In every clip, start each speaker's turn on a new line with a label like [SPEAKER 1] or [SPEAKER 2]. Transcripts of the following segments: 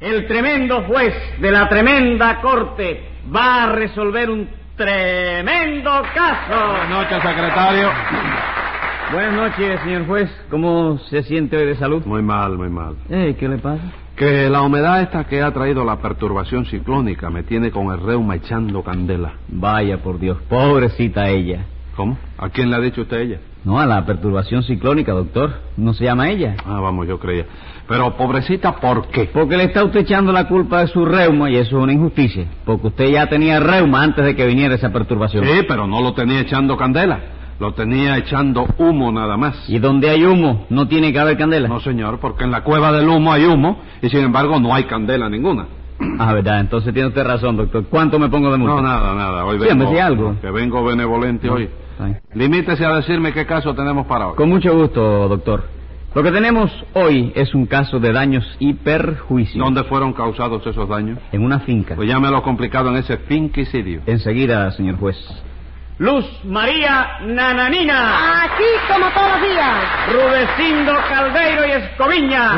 [SPEAKER 1] El tremendo juez de la tremenda corte va a resolver un tremendo
[SPEAKER 2] Buenas
[SPEAKER 1] caso.
[SPEAKER 2] noches, secretario.
[SPEAKER 1] Buenas noches, señor juez. ¿Cómo se siente hoy de salud?
[SPEAKER 2] Muy mal, muy mal.
[SPEAKER 1] Eh, ¿Qué le pasa?
[SPEAKER 2] Que la humedad esta que ha traído la perturbación ciclónica me tiene con el reuma echando candela.
[SPEAKER 1] Vaya, por Dios, pobrecita ella.
[SPEAKER 2] ¿Cómo? ¿A quién le ha dicho usted ella?
[SPEAKER 1] No, a la perturbación ciclónica, doctor. No se llama ella.
[SPEAKER 2] Ah, vamos, yo creía. Pero pobrecita, ¿por qué?
[SPEAKER 1] Porque le está usted echando la culpa de su reuma y eso es una injusticia. Porque usted ya tenía reuma antes de que viniera esa perturbación.
[SPEAKER 2] Sí, pero no lo tenía echando candela. Lo tenía echando humo nada más.
[SPEAKER 1] Y donde hay humo, no tiene que haber candela.
[SPEAKER 2] No, señor, porque en la cueva del humo hay humo y sin embargo no hay candela ninguna.
[SPEAKER 1] Ah, verdad, entonces tiene usted razón, doctor. ¿Cuánto me pongo de multa?
[SPEAKER 2] No, nada, nada. Hoy
[SPEAKER 1] Sí,
[SPEAKER 2] vengo,
[SPEAKER 1] hombre, sí, algo.
[SPEAKER 2] Que vengo benevolente hoy.
[SPEAKER 1] Está bien.
[SPEAKER 2] Limítese a decirme qué caso tenemos para hoy.
[SPEAKER 1] Con mucho gusto, doctor. Lo que tenemos hoy es un caso de daños y perjuicios.
[SPEAKER 2] ¿Dónde fueron causados esos daños?
[SPEAKER 1] En una finca.
[SPEAKER 2] Pues llámelo complicado en ese finquicidio.
[SPEAKER 1] Enseguida, señor juez. Luz María Nananina,
[SPEAKER 3] Aquí como todos los días.
[SPEAKER 1] Rudecindo Caldeiro y Escoviña,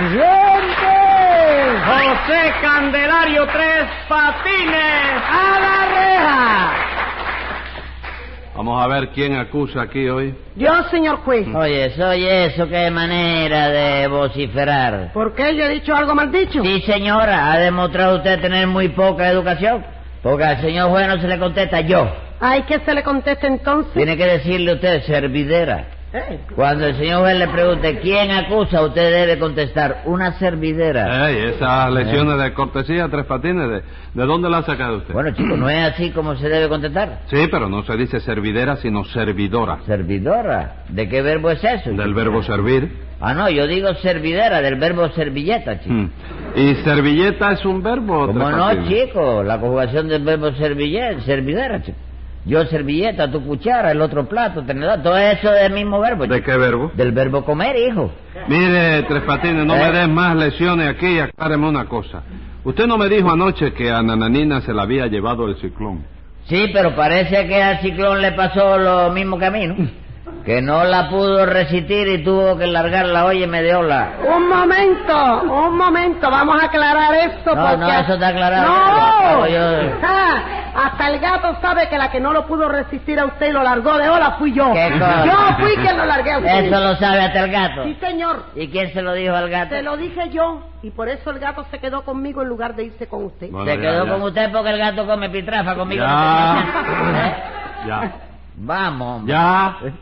[SPEAKER 3] ¡Gente!
[SPEAKER 1] José Candelario Tres Patines, a la reja.
[SPEAKER 2] Vamos a ver quién acusa aquí hoy.
[SPEAKER 3] Yo, señor juez.
[SPEAKER 4] Oye, soy eso, qué manera de vociferar.
[SPEAKER 3] ¿Por qué yo he dicho algo mal dicho?
[SPEAKER 4] Sí, señora, ha demostrado usted tener muy poca educación, porque al señor juez no se le contesta yo.
[SPEAKER 3] Ay, que se le conteste entonces.
[SPEAKER 4] Tiene que decirle usted, servidera.
[SPEAKER 3] Eh,
[SPEAKER 4] Cuando el señor juez le pregunte quién acusa, usted debe contestar, una servidera.
[SPEAKER 2] Ey,
[SPEAKER 4] Eh.
[SPEAKER 2] esas lecciones de cortesía, tres patines, ¿de, de dónde las ha sacado usted?
[SPEAKER 4] Bueno, chico, no es así como se debe contestar.
[SPEAKER 2] Sí, pero no se dice servidera, sino servidora.
[SPEAKER 4] Servidora, ¿de qué verbo es eso?
[SPEAKER 2] Del verbo servir.
[SPEAKER 4] Ah, no, yo digo servidera, del verbo servilleta, chico.
[SPEAKER 2] Hmm. ¿Y servilleta es un verbo?
[SPEAKER 4] Como
[SPEAKER 2] Tres
[SPEAKER 4] no,
[SPEAKER 2] Patines?
[SPEAKER 4] chico? La conjugación del verbo servilleta, servidera, chico. Yo servilleta, tu cuchara, el otro plato, tenedor, todo eso es el mismo verbo.
[SPEAKER 2] ¿De
[SPEAKER 4] chico.
[SPEAKER 2] qué verbo?
[SPEAKER 4] Del verbo comer, hijo.
[SPEAKER 2] Mire, Tres Patines, no
[SPEAKER 4] ¿Eh?
[SPEAKER 2] me des más lesiones aquí y acláreme una cosa. Usted no me dijo anoche que a Nananina se la había llevado el ciclón.
[SPEAKER 4] Sí, pero parece que al ciclón le pasó lo mismo que a mí, ¿no? Que no la pudo resistir y tuvo que largarla, oye, me dio la...
[SPEAKER 3] Un momento, un momento, vamos a aclarar esto
[SPEAKER 4] No,
[SPEAKER 3] porque...
[SPEAKER 4] no, eso está aclarado.
[SPEAKER 3] ¡No!
[SPEAKER 4] No, yo-
[SPEAKER 3] Ah, hasta el gato sabe que la que no lo pudo resistir a usted y lo largó de ola fui yo.
[SPEAKER 4] ¿Qué cosa?
[SPEAKER 3] Yo fui quien lo largué a usted.
[SPEAKER 4] Eso lo sabe hasta el gato.
[SPEAKER 3] Sí, señor.
[SPEAKER 4] ¿Y quién se lo dijo al gato?
[SPEAKER 3] Se lo dije yo y por eso el gato se quedó conmigo en lugar de irse con usted.
[SPEAKER 2] Bueno,
[SPEAKER 4] Se
[SPEAKER 2] ya,
[SPEAKER 4] quedó
[SPEAKER 2] ya.
[SPEAKER 4] con usted porque el gato come pitrafa conmigo. no se mete. ¿Eh?
[SPEAKER 2] Ya. ya.
[SPEAKER 4] Vamos. hombre.
[SPEAKER 2] Ya.
[SPEAKER 4] Eh.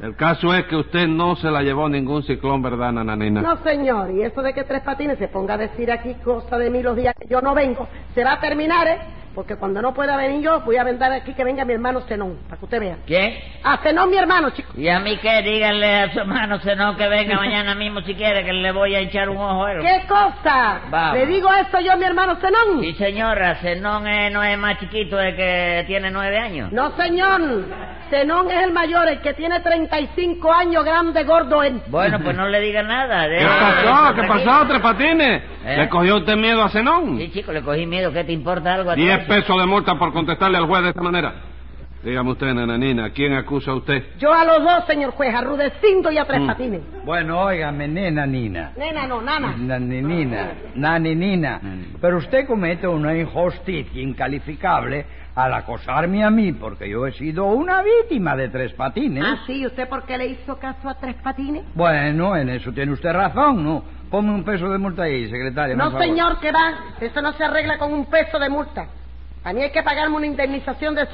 [SPEAKER 2] El caso es que usted no se la llevó ningún ciclón, ¿verdad, Nananina?
[SPEAKER 3] No, señor, y eso de que Tres Patines se ponga a decir aquí cosa de mí los días que yo no vengo, se va a terminar, ¿eh? Porque cuando no pueda venir yo, voy a vender aquí que venga mi hermano Zenón, para que usted vea.
[SPEAKER 4] ¿Quién?
[SPEAKER 3] A Zenón, mi hermano, chico.
[SPEAKER 4] Y a mí que díganle a su hermano no que venga mañana mismo si quiere, que le voy a echar un ojo. a él.
[SPEAKER 3] ¿Qué cosa?
[SPEAKER 4] Vamos.
[SPEAKER 3] ¿Le digo esto yo a mi hermano Zenón?
[SPEAKER 4] Sí, señora, Zenón eh, no es más chiquito de que tiene nueve años.
[SPEAKER 3] No, señor. Zenón es el mayor, el que tiene 35 años, grande, gordo. él.
[SPEAKER 4] Bueno, pues no le diga nada.
[SPEAKER 2] ¿Qué
[SPEAKER 4] déjalo,
[SPEAKER 2] pasó? ¿Qué
[SPEAKER 4] déjalo
[SPEAKER 2] pasó,
[SPEAKER 4] tranquilo.
[SPEAKER 2] Tres Patines?
[SPEAKER 4] ¿Eh?
[SPEAKER 2] ¿Le cogió usted miedo a Zenón?
[SPEAKER 4] Sí, chico, le cogí miedo. ¿Qué te importa algo a ti?
[SPEAKER 2] Diez pesos de multa por contestarle al juez de esta manera. Dígame usted, Nananina, ¿a quién acusa usted?
[SPEAKER 3] Yo a los dos, señor juez, a Rudecindo y a Tres
[SPEAKER 2] Mm.
[SPEAKER 3] Patines.
[SPEAKER 5] Bueno, óigame, nena Nina.
[SPEAKER 3] Nena, no, nana.
[SPEAKER 5] Naninina, naninina. Pero usted comete una injusticia incalificable al acosarme a mí, porque yo he sido una víctima de tres patines.
[SPEAKER 3] Ah, sí, ¿y usted por qué le hizo caso a Tres Patines?
[SPEAKER 5] Bueno, en eso tiene usted razón, ¿no? Ponme un peso de multa ahí, secretaria. por
[SPEAKER 3] No,
[SPEAKER 5] favor.
[SPEAKER 3] señor, que va. Eso no se arregla con un peso de multa. A mí hay que pagarme una indemnización de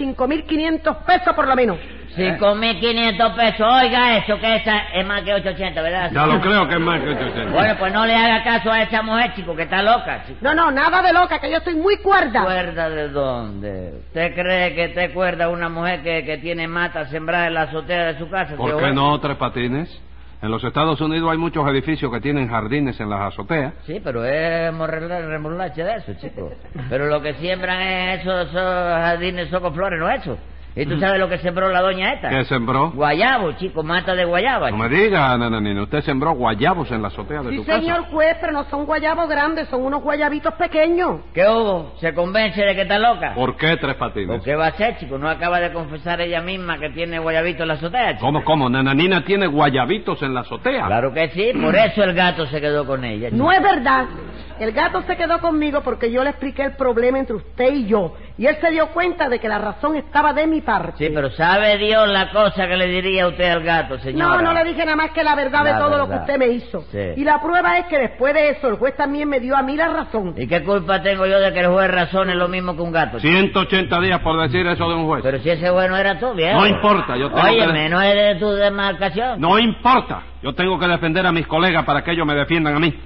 [SPEAKER 3] 5.500 pesos por lo menos.
[SPEAKER 2] Eh.
[SPEAKER 4] Cinco mil quinientos pesos. Oiga eso, que esa es más que 880, ¿verdad?
[SPEAKER 2] Ya lo creo que es más que
[SPEAKER 4] Bueno,
[SPEAKER 2] usted.
[SPEAKER 4] pues no le haga caso a esa mujer, chico, que está loca, chico.
[SPEAKER 3] No, no, nada de loca, que yo estoy muy cuerda.
[SPEAKER 4] ¿Cuerda de dónde? ¿Usted cree que te cuerda una mujer que, que tiene mata sembrada en la azotea de su casa?
[SPEAKER 2] ¿Por
[SPEAKER 4] tío
[SPEAKER 2] qué
[SPEAKER 4] Juan?
[SPEAKER 2] no, Tres Patines? En los Estados Unidos hay muchos edificios que tienen jardines en las azoteas.
[SPEAKER 4] Sí, pero es morrela- remolacha de eso, chico. Pero lo que siembran es esos, esos jardines socoflores, no eso. ¿Y tú sabes lo que sembró la doña esta?
[SPEAKER 2] ¿Qué sembró?
[SPEAKER 4] Guayabo, chico, mata de guayaba.
[SPEAKER 2] No
[SPEAKER 4] chico.
[SPEAKER 2] me diga, Nananina, usted sembró guayabos en la azotea de
[SPEAKER 3] Sí,
[SPEAKER 2] su
[SPEAKER 3] señor
[SPEAKER 2] casa.
[SPEAKER 3] juez, pero no son guayabos grandes, son unos guayabitos pequeños.
[SPEAKER 4] ¿Qué hubo? ¿Se convence de que está loca?
[SPEAKER 2] ¿Por qué Tres Patines?
[SPEAKER 4] ¿O qué va a ser, chico? ¿No acaba de confesar ella misma que tiene guayabito en la azotea, chico?
[SPEAKER 2] ¿Cómo, cómo? Nananina tiene guayabitos en la azotea.
[SPEAKER 4] Claro que sí, por eso el gato se quedó con ella. chico.
[SPEAKER 3] No es verdad. El gato se quedó conmigo porque yo le expliqué el problema entre usted y yo. Y él se dio cuenta de que la razón estaba de mi parte.
[SPEAKER 4] Sí, pero ¿sabe Dios la cosa que le diría usted al gato, señora?
[SPEAKER 3] No, no le dije nada más que la verdad
[SPEAKER 4] La
[SPEAKER 3] de todo lo que
[SPEAKER 4] verdad.
[SPEAKER 3] usted me hizo.
[SPEAKER 4] Sí.
[SPEAKER 3] Y la prueba es que después de eso el juez también me dio a mí la razón.
[SPEAKER 4] ¿Y qué culpa tengo yo de que el juez razone lo mismo que un gato?
[SPEAKER 2] 180 días por decir eso de un juez.
[SPEAKER 4] Pero si ese juez no era tú, viejo.
[SPEAKER 2] No importa, yo tengo que-
[SPEAKER 4] Óyeme, no es de tu demarcación.
[SPEAKER 2] No importa. Yo tengo que defender a mis colegas para que ellos me defiendan a mí.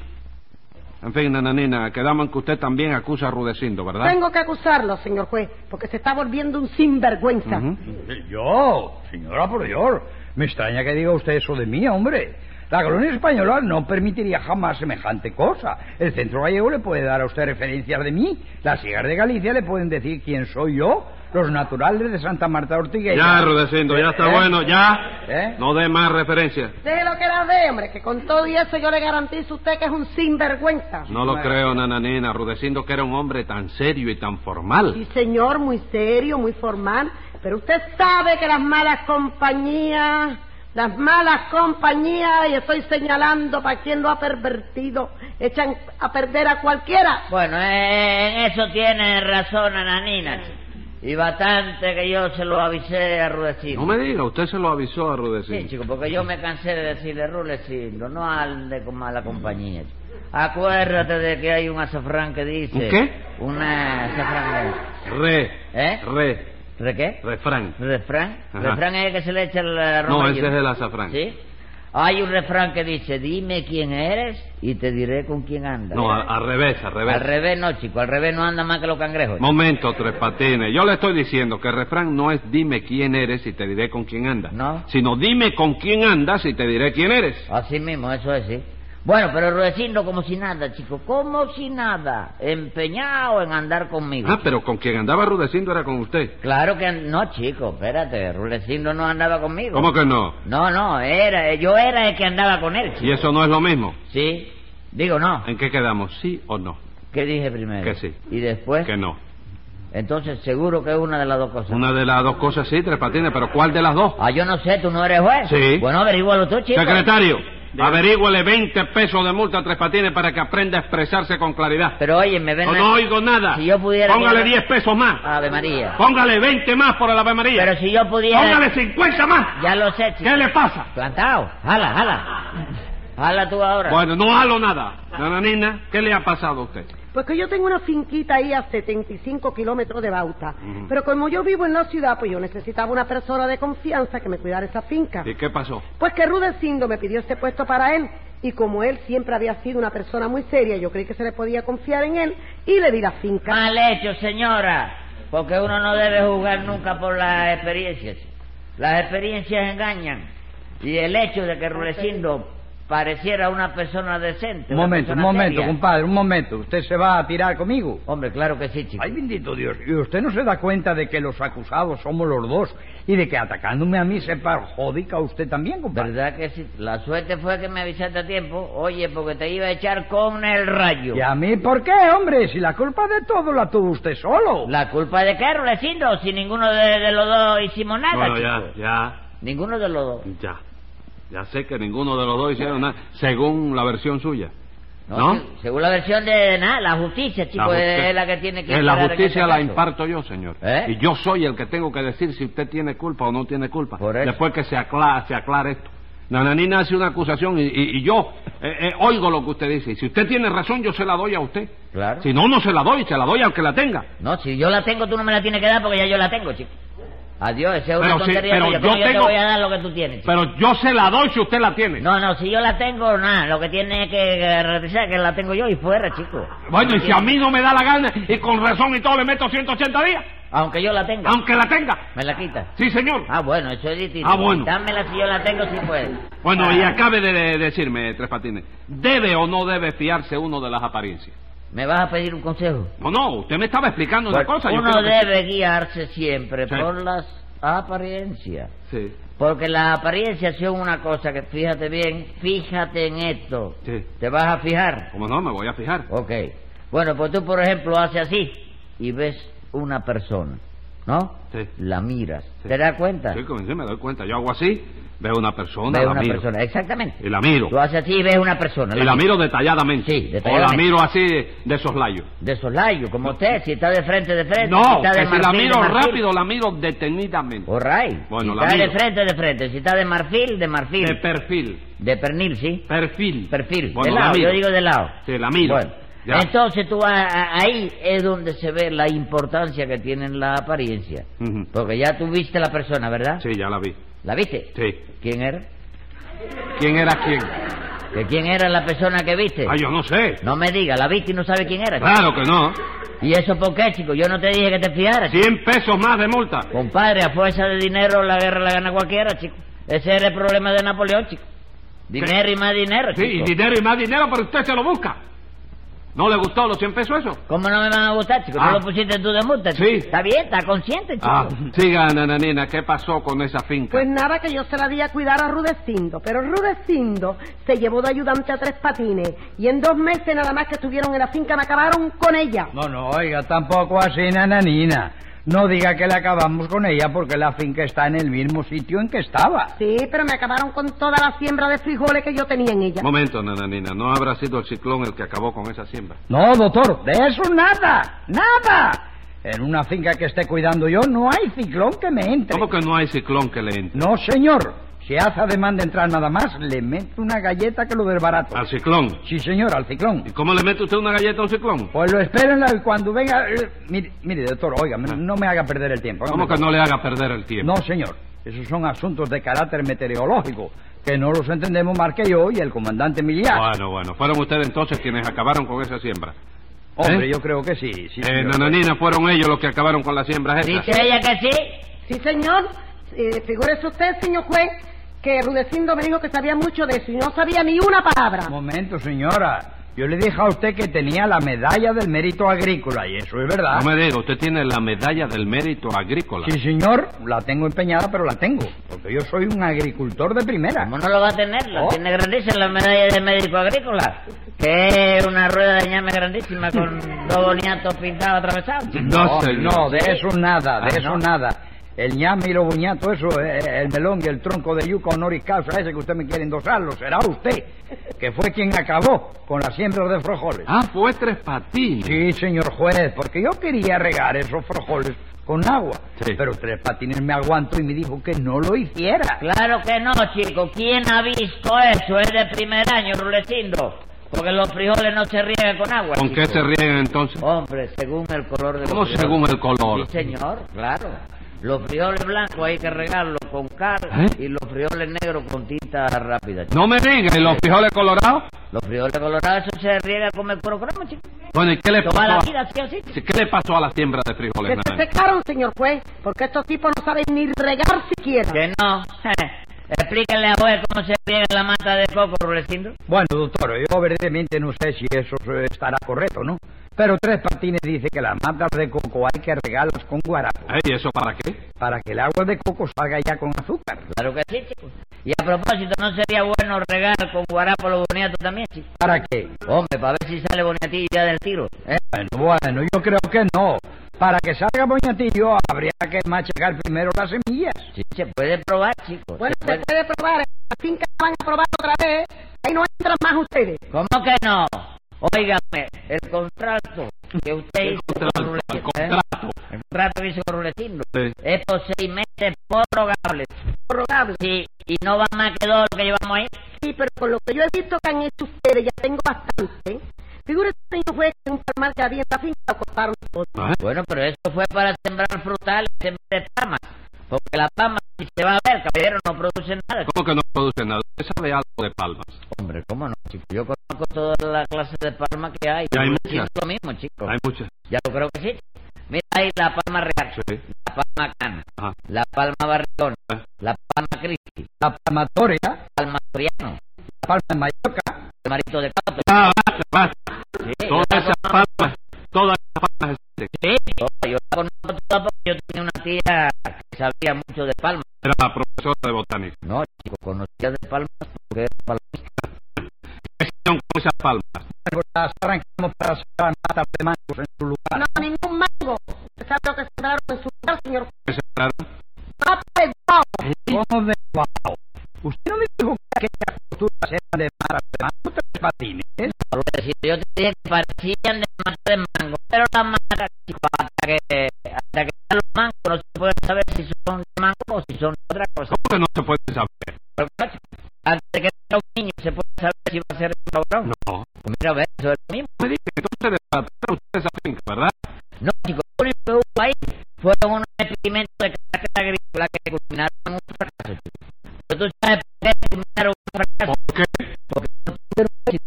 [SPEAKER 2] En fin, nananina, quedamos en que usted también acusa a Rudecindo, ¿verdad?
[SPEAKER 3] Tengo que acusarlo, señor juez, porque se está volviendo un sinvergüenza.
[SPEAKER 2] Ujú.
[SPEAKER 5] Yo, señora, por Dios, me extraña que diga usted eso de mí, hombre. La colonia española no permitiría jamás semejante cosa. El centro gallego le puede dar a usted referencias de mí. Las hijas de Galicia le pueden decir quién soy yo. Los naturales de Santa Marta Ortigueira.
[SPEAKER 2] Ya, Rudecindo, ya está
[SPEAKER 5] ¿Eh?
[SPEAKER 2] bueno, ya.
[SPEAKER 5] ¿Eh?
[SPEAKER 2] No dé más referencias.
[SPEAKER 3] Déjelo que la ve, hombre, que con todo y eso yo le garantizo a usted que es un sinvergüenza.
[SPEAKER 2] No lo creo, nananina. Rudecindo que era un hombre tan serio y tan
[SPEAKER 3] Sí,
[SPEAKER 2] formal.
[SPEAKER 3] señor, muy serio, muy formal. Pero usted sabe que las malas compañías, las malas compañías, y estoy señalando para quien lo ha pervertido, echan a perder a cualquiera.
[SPEAKER 4] Bueno, eh, en eso tiene razón Ananina. chico. Y bastante que yo se lo avisé a Rudecindo.
[SPEAKER 2] No me diga, usted se lo avisó a Rudecindo.
[SPEAKER 4] Sí, chico, porque yo me cansé de decirle Rudecindo, no ande con mala compañía. chico. Acuérdate de que hay un azafrán que dice...
[SPEAKER 2] ¿Un qué?
[SPEAKER 4] Un azafrán
[SPEAKER 2] Re,
[SPEAKER 4] que... ¿Eh?
[SPEAKER 2] re,
[SPEAKER 4] ¿Re qué?
[SPEAKER 2] refrán.
[SPEAKER 4] ¿Refrán?
[SPEAKER 2] Ajá.
[SPEAKER 4] ¿Refrán es el que se le echa la
[SPEAKER 2] No,
[SPEAKER 4] ropa
[SPEAKER 2] ese es el azafrán.
[SPEAKER 4] ¿Sí? Hay un refrán que dice, dime quién eres y te diré con quién andas.
[SPEAKER 2] No, a- al revés, al revés.
[SPEAKER 4] Al revés no, chico, al revés no anda más que los cangrejos.
[SPEAKER 2] Momento, Tres Patines. Yo le estoy diciendo que el refrán no es dime quién eres y te diré con quién andas.
[SPEAKER 4] No.
[SPEAKER 2] Sino dime con quién andas y te diré quién eres.
[SPEAKER 4] Así mismo, eso es, sí. Bueno, pero Rudecindo como si nada, chico, como si nada, empeñado en andar conmigo.
[SPEAKER 2] Ah, pero con quien andaba rudeciendo era con usted.
[SPEAKER 4] Claro que no, chico, espérate, Rudecindo no andaba conmigo.
[SPEAKER 2] ¿Cómo que no?
[SPEAKER 4] No, no, era, yo era el que andaba con él,
[SPEAKER 2] Y
[SPEAKER 4] chico.
[SPEAKER 2] eso no es lo mismo.
[SPEAKER 4] Sí, digo no.
[SPEAKER 2] ¿En qué quedamos? ¿Sí o no?
[SPEAKER 4] ¿Qué dije primero?
[SPEAKER 2] Que sí.
[SPEAKER 4] ¿Y después?
[SPEAKER 2] Que no.
[SPEAKER 4] Entonces seguro que es una de las dos cosas.
[SPEAKER 2] Una de las dos cosas sí, Tres Patines, pero ¿cuál de las dos?
[SPEAKER 4] Ah, pues. yo no sé, tú no eres juez.
[SPEAKER 2] Sí.
[SPEAKER 4] Bueno, averígualo tú, chico.
[SPEAKER 2] Secretario, averígüele 20 pesos de multa a Tres Patines para que aprenda a expresarse con claridad.
[SPEAKER 4] Pero oye, me ven...
[SPEAKER 2] No,
[SPEAKER 4] a-
[SPEAKER 2] no oigo nada.
[SPEAKER 4] Si yo pudiera...
[SPEAKER 2] Póngale 10 pesos más.
[SPEAKER 4] Ave María.
[SPEAKER 2] Póngale 20 más por el Ave María.
[SPEAKER 4] Pero si yo pudiera...
[SPEAKER 2] Póngale 50 más.
[SPEAKER 4] Ya lo sé, chico.
[SPEAKER 2] ¿Qué le pasa?
[SPEAKER 4] Plantado. Jala, jala. Jala tú ahora.
[SPEAKER 2] Bueno, no halo nada.
[SPEAKER 4] Ah.
[SPEAKER 2] Nananina, ¿qué le ha pasado a usted?
[SPEAKER 3] Pues que yo tengo una finquita ahí a 75 kilómetros de Bauta.
[SPEAKER 2] Ujú.
[SPEAKER 3] Pero como yo vivo en la ciudad, pues yo necesitaba una persona de confianza que me cuidara esa finca.
[SPEAKER 2] ¿Y qué pasó?
[SPEAKER 3] Pues que Rudecindo me pidió este puesto para él. Y como él siempre había sido una persona muy seria, yo creí que se le podía confiar en él y le di la finca.
[SPEAKER 4] Mal hecho, señora. Porque uno no debe juzgar nunca por las experiencias. Las experiencias engañan. Y el hecho de que Rudecindo pareciera una persona decente.
[SPEAKER 5] Un
[SPEAKER 4] una
[SPEAKER 5] momento, un
[SPEAKER 4] persona
[SPEAKER 5] momento,
[SPEAKER 4] seria.
[SPEAKER 5] compadre, un momento. ¿Usted se va a tirar conmigo?
[SPEAKER 4] Hombre, claro que sí, chico.
[SPEAKER 5] Ay, bendito Dios. ¿Y usted no se da cuenta de que los acusados somos los dos y de que atacándome a mí se perjudica a usted también, compadre?
[SPEAKER 4] ¿Verdad que sí? La suerte fue que me avisaste a tiempo. Oye, porque te iba a echar con el rayo.
[SPEAKER 5] ¿Y a mí por qué, hombre? Si la culpa de todo la tuvo usted solo.
[SPEAKER 4] ¿La culpa de qué, Rudecindo? Si ninguno de, de los dos hicimos nada,
[SPEAKER 2] bueno, ya,
[SPEAKER 4] chico.
[SPEAKER 2] ya,
[SPEAKER 4] Ninguno de los dos.
[SPEAKER 2] ya. Ya sé que ninguno de los dos hicieron nada, según la versión suya. ¿No?
[SPEAKER 4] se- Según la versión de, de nada, la justicia, chico,
[SPEAKER 2] justi-
[SPEAKER 4] pues, es la que tiene que...
[SPEAKER 2] Eh, La
[SPEAKER 4] aclarar en
[SPEAKER 2] justicia
[SPEAKER 4] este
[SPEAKER 2] la
[SPEAKER 4] caso.
[SPEAKER 2] imparto yo, señor.
[SPEAKER 4] ¿Eh?
[SPEAKER 2] Y yo soy el que tengo que decir si usted tiene culpa o no tiene culpa.
[SPEAKER 4] Por eso.
[SPEAKER 2] Después que se aclara, se aclare esto. Nananina hace una acusación y, y- y yo eh, eh, oigo lo que usted dice. Y si usted tiene razón, yo se la doy a usted.
[SPEAKER 4] Claro.
[SPEAKER 2] Si no, no se la doy, se la doy al que la tenga.
[SPEAKER 4] No, si yo la tengo, tú no me la tienes que dar porque ya yo la tengo, chico. Adiós, esa es una
[SPEAKER 2] Pero sí,
[SPEAKER 4] tontería
[SPEAKER 2] pero
[SPEAKER 4] tuya.
[SPEAKER 2] yo
[SPEAKER 4] ¿Cómo te
[SPEAKER 2] tengo-
[SPEAKER 4] voy a dar lo que tú tienes, chico?
[SPEAKER 2] Pero yo se la doy si usted la tiene.
[SPEAKER 4] No, no, si yo la tengo, nada. Lo que tiene es que garantizar que la tengo yo y fuera, chico.
[SPEAKER 2] Bueno, y si a mí no me da la gana y con razón y todo le meto 180 días,
[SPEAKER 4] Aunque yo la tenga.
[SPEAKER 2] aunque la tenga.
[SPEAKER 4] ¿Me la quita?
[SPEAKER 2] Sí, señor.
[SPEAKER 4] Ah, bueno, eso es distinto.
[SPEAKER 2] Ah, bueno.
[SPEAKER 4] Dámela si yo la tengo, si puede.
[SPEAKER 2] Bueno,
[SPEAKER 4] Ah,
[SPEAKER 2] y acabe de- de decirme, Tres Patines, ¿debe o no debe fiarse uno de las apariencias?
[SPEAKER 4] ¿Me vas a pedir un consejo?
[SPEAKER 2] No, no, usted me estaba explicando una
[SPEAKER 4] Bueno,
[SPEAKER 2] cosa. yo
[SPEAKER 4] Pues, uno
[SPEAKER 2] creo que-
[SPEAKER 4] debe guiarse siempre
[SPEAKER 2] Sí.
[SPEAKER 4] por las apariencias.
[SPEAKER 2] Sí,
[SPEAKER 4] Porque las apariencias son una cosa que, fíjate bien, fíjate en esto.
[SPEAKER 2] sí.
[SPEAKER 4] ¿Te vas a fijar?
[SPEAKER 2] Como no, me voy a fijar.
[SPEAKER 4] Ok. Bueno, pues tú, por ejemplo, haces así y ves una persona, ¿no?
[SPEAKER 2] Sí.
[SPEAKER 4] La miras.
[SPEAKER 2] Sí.
[SPEAKER 4] ¿Te das cuenta?
[SPEAKER 2] Sí, como sí, me doy cuenta. Yo hago así, Veo una persona,
[SPEAKER 4] Ves
[SPEAKER 2] la
[SPEAKER 4] una
[SPEAKER 2] miro.
[SPEAKER 4] persona, exactamente.
[SPEAKER 2] Y la miro.
[SPEAKER 4] Tú haces así y ves una persona.
[SPEAKER 2] Y la miro detalladamente.
[SPEAKER 4] Sí, detalladamente.
[SPEAKER 2] O la miro así de soslayo.
[SPEAKER 4] De soslayo, como usted, si está de frente, de frente. si
[SPEAKER 2] No,
[SPEAKER 4] está de
[SPEAKER 2] que si la
[SPEAKER 4] marfil, de
[SPEAKER 2] miro
[SPEAKER 4] marfil.
[SPEAKER 2] rápido, la miro detenidamente.
[SPEAKER 4] All right.
[SPEAKER 2] Bueno,
[SPEAKER 4] si
[SPEAKER 2] la
[SPEAKER 4] está de
[SPEAKER 2] miro.
[SPEAKER 4] frente, de frente. Si está de marfil, de marfil.
[SPEAKER 2] De perfil.
[SPEAKER 4] De pernil, sí.
[SPEAKER 2] Perfil.
[SPEAKER 4] Perfil.
[SPEAKER 2] Bueno,
[SPEAKER 4] de lado,
[SPEAKER 2] la miro.
[SPEAKER 4] yo digo de lado.
[SPEAKER 2] Sí, la miro.
[SPEAKER 4] Bueno.
[SPEAKER 2] Ya.
[SPEAKER 4] Entonces tú a- a- ahí es donde se ve la importancia que tienen la apariencia.
[SPEAKER 2] Ujú.
[SPEAKER 4] Porque ya tú viste la persona, ¿verdad?
[SPEAKER 2] Sí, ya la vi.
[SPEAKER 4] ¿La viste?
[SPEAKER 2] Sí.
[SPEAKER 4] ¿Quién era?
[SPEAKER 2] ¿Quién era quién?
[SPEAKER 4] ¿Que ¿Quién era la persona que viste?
[SPEAKER 2] Ah, yo Ah. no sé.
[SPEAKER 4] No me diga, la viste y no sabe quién era. chico?
[SPEAKER 2] Claro que no.
[SPEAKER 4] ¿Y eso por qué, chico? Yo no te dije que te fijaras. chico.
[SPEAKER 2] 100 pesos más de multa.
[SPEAKER 4] Compadre, a fuerza de dinero la guerra la gana cualquiera, chico. Ese era el problema de Napoleón, chico. Dinero y más dinero,
[SPEAKER 2] Sí, y
[SPEAKER 4] chico.
[SPEAKER 2] dinero y más dinero, pero usted se lo busca. ¿No le gustó los 100 pesos eso?
[SPEAKER 4] ¿Cómo no me van a gustar, chico?
[SPEAKER 2] Ah.
[SPEAKER 4] ¿No lo pusiste tú de multa? chico?
[SPEAKER 2] Sí.
[SPEAKER 4] Está bien, está consciente, chico.
[SPEAKER 2] Ah, siga, nananina, ¿qué pasó con esa finca?
[SPEAKER 3] Pues nada, que yo se la di a cuidar a Rudecindo, pero Rudecindo se llevó de ayudante a tres patines y en dos meses nada más que estuvieron en la finca me acabaron con ella.
[SPEAKER 5] No, no, oiga, tampoco así, nananina. No diga que la acabamos con ella porque la finca está en el mismo sitio en que estaba.
[SPEAKER 3] Sí, pero me acabaron con toda la siembra de frijoles que yo tenía en ella.
[SPEAKER 2] Momento, nananina, ¿no habrá sido el ciclón el que acabó con esa siembra?
[SPEAKER 5] No, doctor, de eso nada, nada. En una finca que esté cuidando yo no hay ciclón que me entre.
[SPEAKER 2] ¿Cómo que no hay ciclón que le entre?
[SPEAKER 5] No, señor. Si hace ademán de entrar nada más, le meto una galleta que lo desbarato.
[SPEAKER 2] ¿Al ciclón?
[SPEAKER 5] Sí, señor, al ciclón.
[SPEAKER 2] ¿Y cómo le mete usted una galleta a un ciclón?
[SPEAKER 5] Pues lo esperen y cuando venga... eh, Mire, mire, doctor, oiga,
[SPEAKER 2] Ah.
[SPEAKER 5] no me haga perder el tiempo.
[SPEAKER 2] ¿Cómo que no le haga perder el tiempo?
[SPEAKER 5] No, señor. Esos son asuntos de carácter meteorológico, que no los entendemos más que yo y el comandante Miliar.
[SPEAKER 2] Bueno, bueno, fueron ustedes entonces quienes acabaron con esa siembra.
[SPEAKER 5] Hombre,
[SPEAKER 2] ¿Eh?
[SPEAKER 5] yo creo que sí, sí,
[SPEAKER 2] eh,
[SPEAKER 5] señor.
[SPEAKER 2] nananina, fueron ellos los que acabaron con la siembra esa.
[SPEAKER 4] ¿Dice ella que sí?
[SPEAKER 3] Sí, señor. Eh, figúrese usted, señor juez, que Rudecindo me dijo que sabía mucho de eso y no sabía ni una palabra.
[SPEAKER 5] Momento, señora. Yo le dije a usted que tenía la medalla del mérito agrícola, y eso es verdad.
[SPEAKER 2] No me diga, usted tiene la medalla del mérito agrícola.
[SPEAKER 5] Sí, señor, la tengo empeñada, pero la tengo, porque yo soy un agricultor de primera.
[SPEAKER 4] ¿Cómo no lo va a tener? La
[SPEAKER 5] Oh.
[SPEAKER 4] tiene grandísima la medalla de médico agrícola. Que es una rueda de ñame grandísima con dos boniatos pintados atravesados. chico.
[SPEAKER 2] No,
[SPEAKER 5] no,
[SPEAKER 2] señor.
[SPEAKER 5] no, de eso nada, de
[SPEAKER 2] Ah,
[SPEAKER 5] eso
[SPEAKER 2] no.
[SPEAKER 5] nada. El ñame y lo buñato, eso, eh, el melón y el tronco de yuca honoris causa, ese que usted me quiere endosarlo, será usted, que fue quien acabó con las siembras de frijoles.
[SPEAKER 2] Ah, fue tres patines.
[SPEAKER 5] Sí, señor juez, porque yo quería regar esos frijoles con agua,
[SPEAKER 2] Sí.
[SPEAKER 5] pero Tres Patines me aguantó y me dijo que no lo hiciera.
[SPEAKER 4] Claro que no, chico. ¿Quién ha visto eso? Es de primer año, Rulecindo. Porque los frijoles no se riegan con agua.
[SPEAKER 2] ¿Con
[SPEAKER 4] chico.
[SPEAKER 2] qué se ríen entonces?
[SPEAKER 4] Hombre, según el color de los
[SPEAKER 2] ¿Cómo
[SPEAKER 4] frijoles.
[SPEAKER 2] según el color?
[SPEAKER 4] Sí, señor, claro. Los frijoles blancos hay que regarlos con cal
[SPEAKER 2] ¿Eh?
[SPEAKER 4] y los frijoles negros con tinta rápida. chico.
[SPEAKER 2] No me diga, ¿y los frijoles colorados?
[SPEAKER 4] Los frijoles colorados eso se riega con el cromo, chico.
[SPEAKER 2] Bueno, ¿y qué le pasó?
[SPEAKER 4] Toda la
[SPEAKER 2] a-
[SPEAKER 4] vida así, así.
[SPEAKER 2] Sí, ¿Qué le pasó a la siembra de frijoles?
[SPEAKER 3] Que se
[SPEAKER 2] nana?
[SPEAKER 3] secaron, señor juez, porque estos tipos no saben ni regar siquiera.
[SPEAKER 4] Que no. Explíquenle a juez cómo se riega la mata de coco, Rulecindo.
[SPEAKER 5] Bueno, doctor, yo verdaderamente no sé si eso eh, estará correcto, ¿no? Pero Tres Patines dice que las matas de coco hay que regarlas con guarapo
[SPEAKER 2] Ey, ¿Y eso para qué?
[SPEAKER 5] para que el agua de coco salga ya con azúcar.
[SPEAKER 4] Claro que sí, chico. Y a propósito, ¿no sería bueno regar con guarapo los boniatos también, chico?
[SPEAKER 5] ¿Para qué?
[SPEAKER 4] Hombre, para ver si sale boniatillo ya del tiro. ¿eh?
[SPEAKER 5] Bueno, bueno, yo creo que no. Para que salga boñatillo habría que machacar primero las semillas.
[SPEAKER 4] Sí, se puede probar, chico.
[SPEAKER 3] Bueno,
[SPEAKER 4] Se puede-
[SPEAKER 3] se puede probar. La finca la van a probar otra vez. Ahí no entran más ustedes.
[SPEAKER 4] ¿Cómo que no? Óigame, el contrato que usted hizo con
[SPEAKER 2] Contrato,
[SPEAKER 4] Rulecindo,
[SPEAKER 2] el
[SPEAKER 4] ¿eh?
[SPEAKER 2] contrato.
[SPEAKER 4] El contrato que hizo con Rulecindo
[SPEAKER 2] Sí.
[SPEAKER 4] es por seis meses prorrogables.
[SPEAKER 3] Probable.
[SPEAKER 4] Sí, y no va más que dos lo que llevamos ahí.
[SPEAKER 3] Sí, pero con lo que yo he visto que han hecho ustedes, ya tengo bastante. Figúrese, señor juez, que un palmar que había en la finca lo cortaron todo.
[SPEAKER 2] Ah,
[SPEAKER 4] Bueno, pero eso fue para sembrar frutales, sembrar palmas. Porque la palma si se va a ver, caballero, no produce nada.
[SPEAKER 2] ¿Cómo que no produce nada? Usted sabe algo de palmas.
[SPEAKER 4] Hombre, ¿cómo no, chico? Yo conozco toda la clase de palma que hay.
[SPEAKER 2] Y hay
[SPEAKER 4] Yo
[SPEAKER 2] muchas.
[SPEAKER 4] siento lo mismo, chico.
[SPEAKER 2] Hay muchas.
[SPEAKER 4] Ya lo creo que sí. Mira ahí la palma real,
[SPEAKER 2] Sí.
[SPEAKER 4] la palma cana,
[SPEAKER 2] Ajá.
[SPEAKER 4] la palma barrigón,
[SPEAKER 2] Ah.
[SPEAKER 4] la palma cristi,
[SPEAKER 5] La palmatoria, la
[SPEAKER 4] palma soriano,
[SPEAKER 5] palma de Mallorca.
[SPEAKER 4] el marito de cauto.
[SPEAKER 2] Ah, basta, basta.
[SPEAKER 4] Sí,
[SPEAKER 2] Todas
[SPEAKER 4] yo, la
[SPEAKER 2] esas palmas, todas esas palmas existen.
[SPEAKER 4] con- sí, yo la conozco toda porque yo tenía una tía que sabía mucho de palma.
[SPEAKER 2] Era la profesora de botánica.
[SPEAKER 4] No, chico, conocía de palmas porque era palmista.
[SPEAKER 2] ¿Qué hicieron con esas palmas?
[SPEAKER 5] Las arrancamos para sacar matas de mangos en su lugar.
[SPEAKER 3] No, ningún mango. Usted sabe lo que sembraron en su lugar, señor juez.
[SPEAKER 2] ¿Qué sembraron?
[SPEAKER 3] Mata de guau.
[SPEAKER 5] ¿Cómo de guau?
[SPEAKER 4] yo te dije que parecían de mata de mango, pero las matas, chico, hasta que, hasta que están los mangos no se puede saber si son de mango o si son de otra cosa.
[SPEAKER 2] ¿Cómo que no se puede saber?
[SPEAKER 4] Pero, macho, antes de que sea un niño se puede saber si va a ser un cabrón.
[SPEAKER 2] No.
[SPEAKER 4] Mira, ve, eso es lo mismo.
[SPEAKER 2] Me dije que entonces de patrón ustedes saben, ¿verdad?
[SPEAKER 4] No, chicos, lo único que hubo ahí fue un experimento de carácter agrícola que culminaron en un fracaso. chico. Pero tú sabes por qué culminaron en un fracaso.
[SPEAKER 2] ¿Por qué?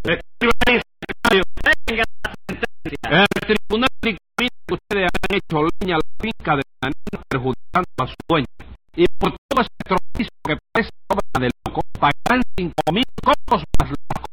[SPEAKER 2] El tribunal dictamina que ustedes han hecho leña a la finca de la nena perjudicando a su dueño. Y por todo ese tropizo que parece obra de loco, pagarán cinco mil cocos más las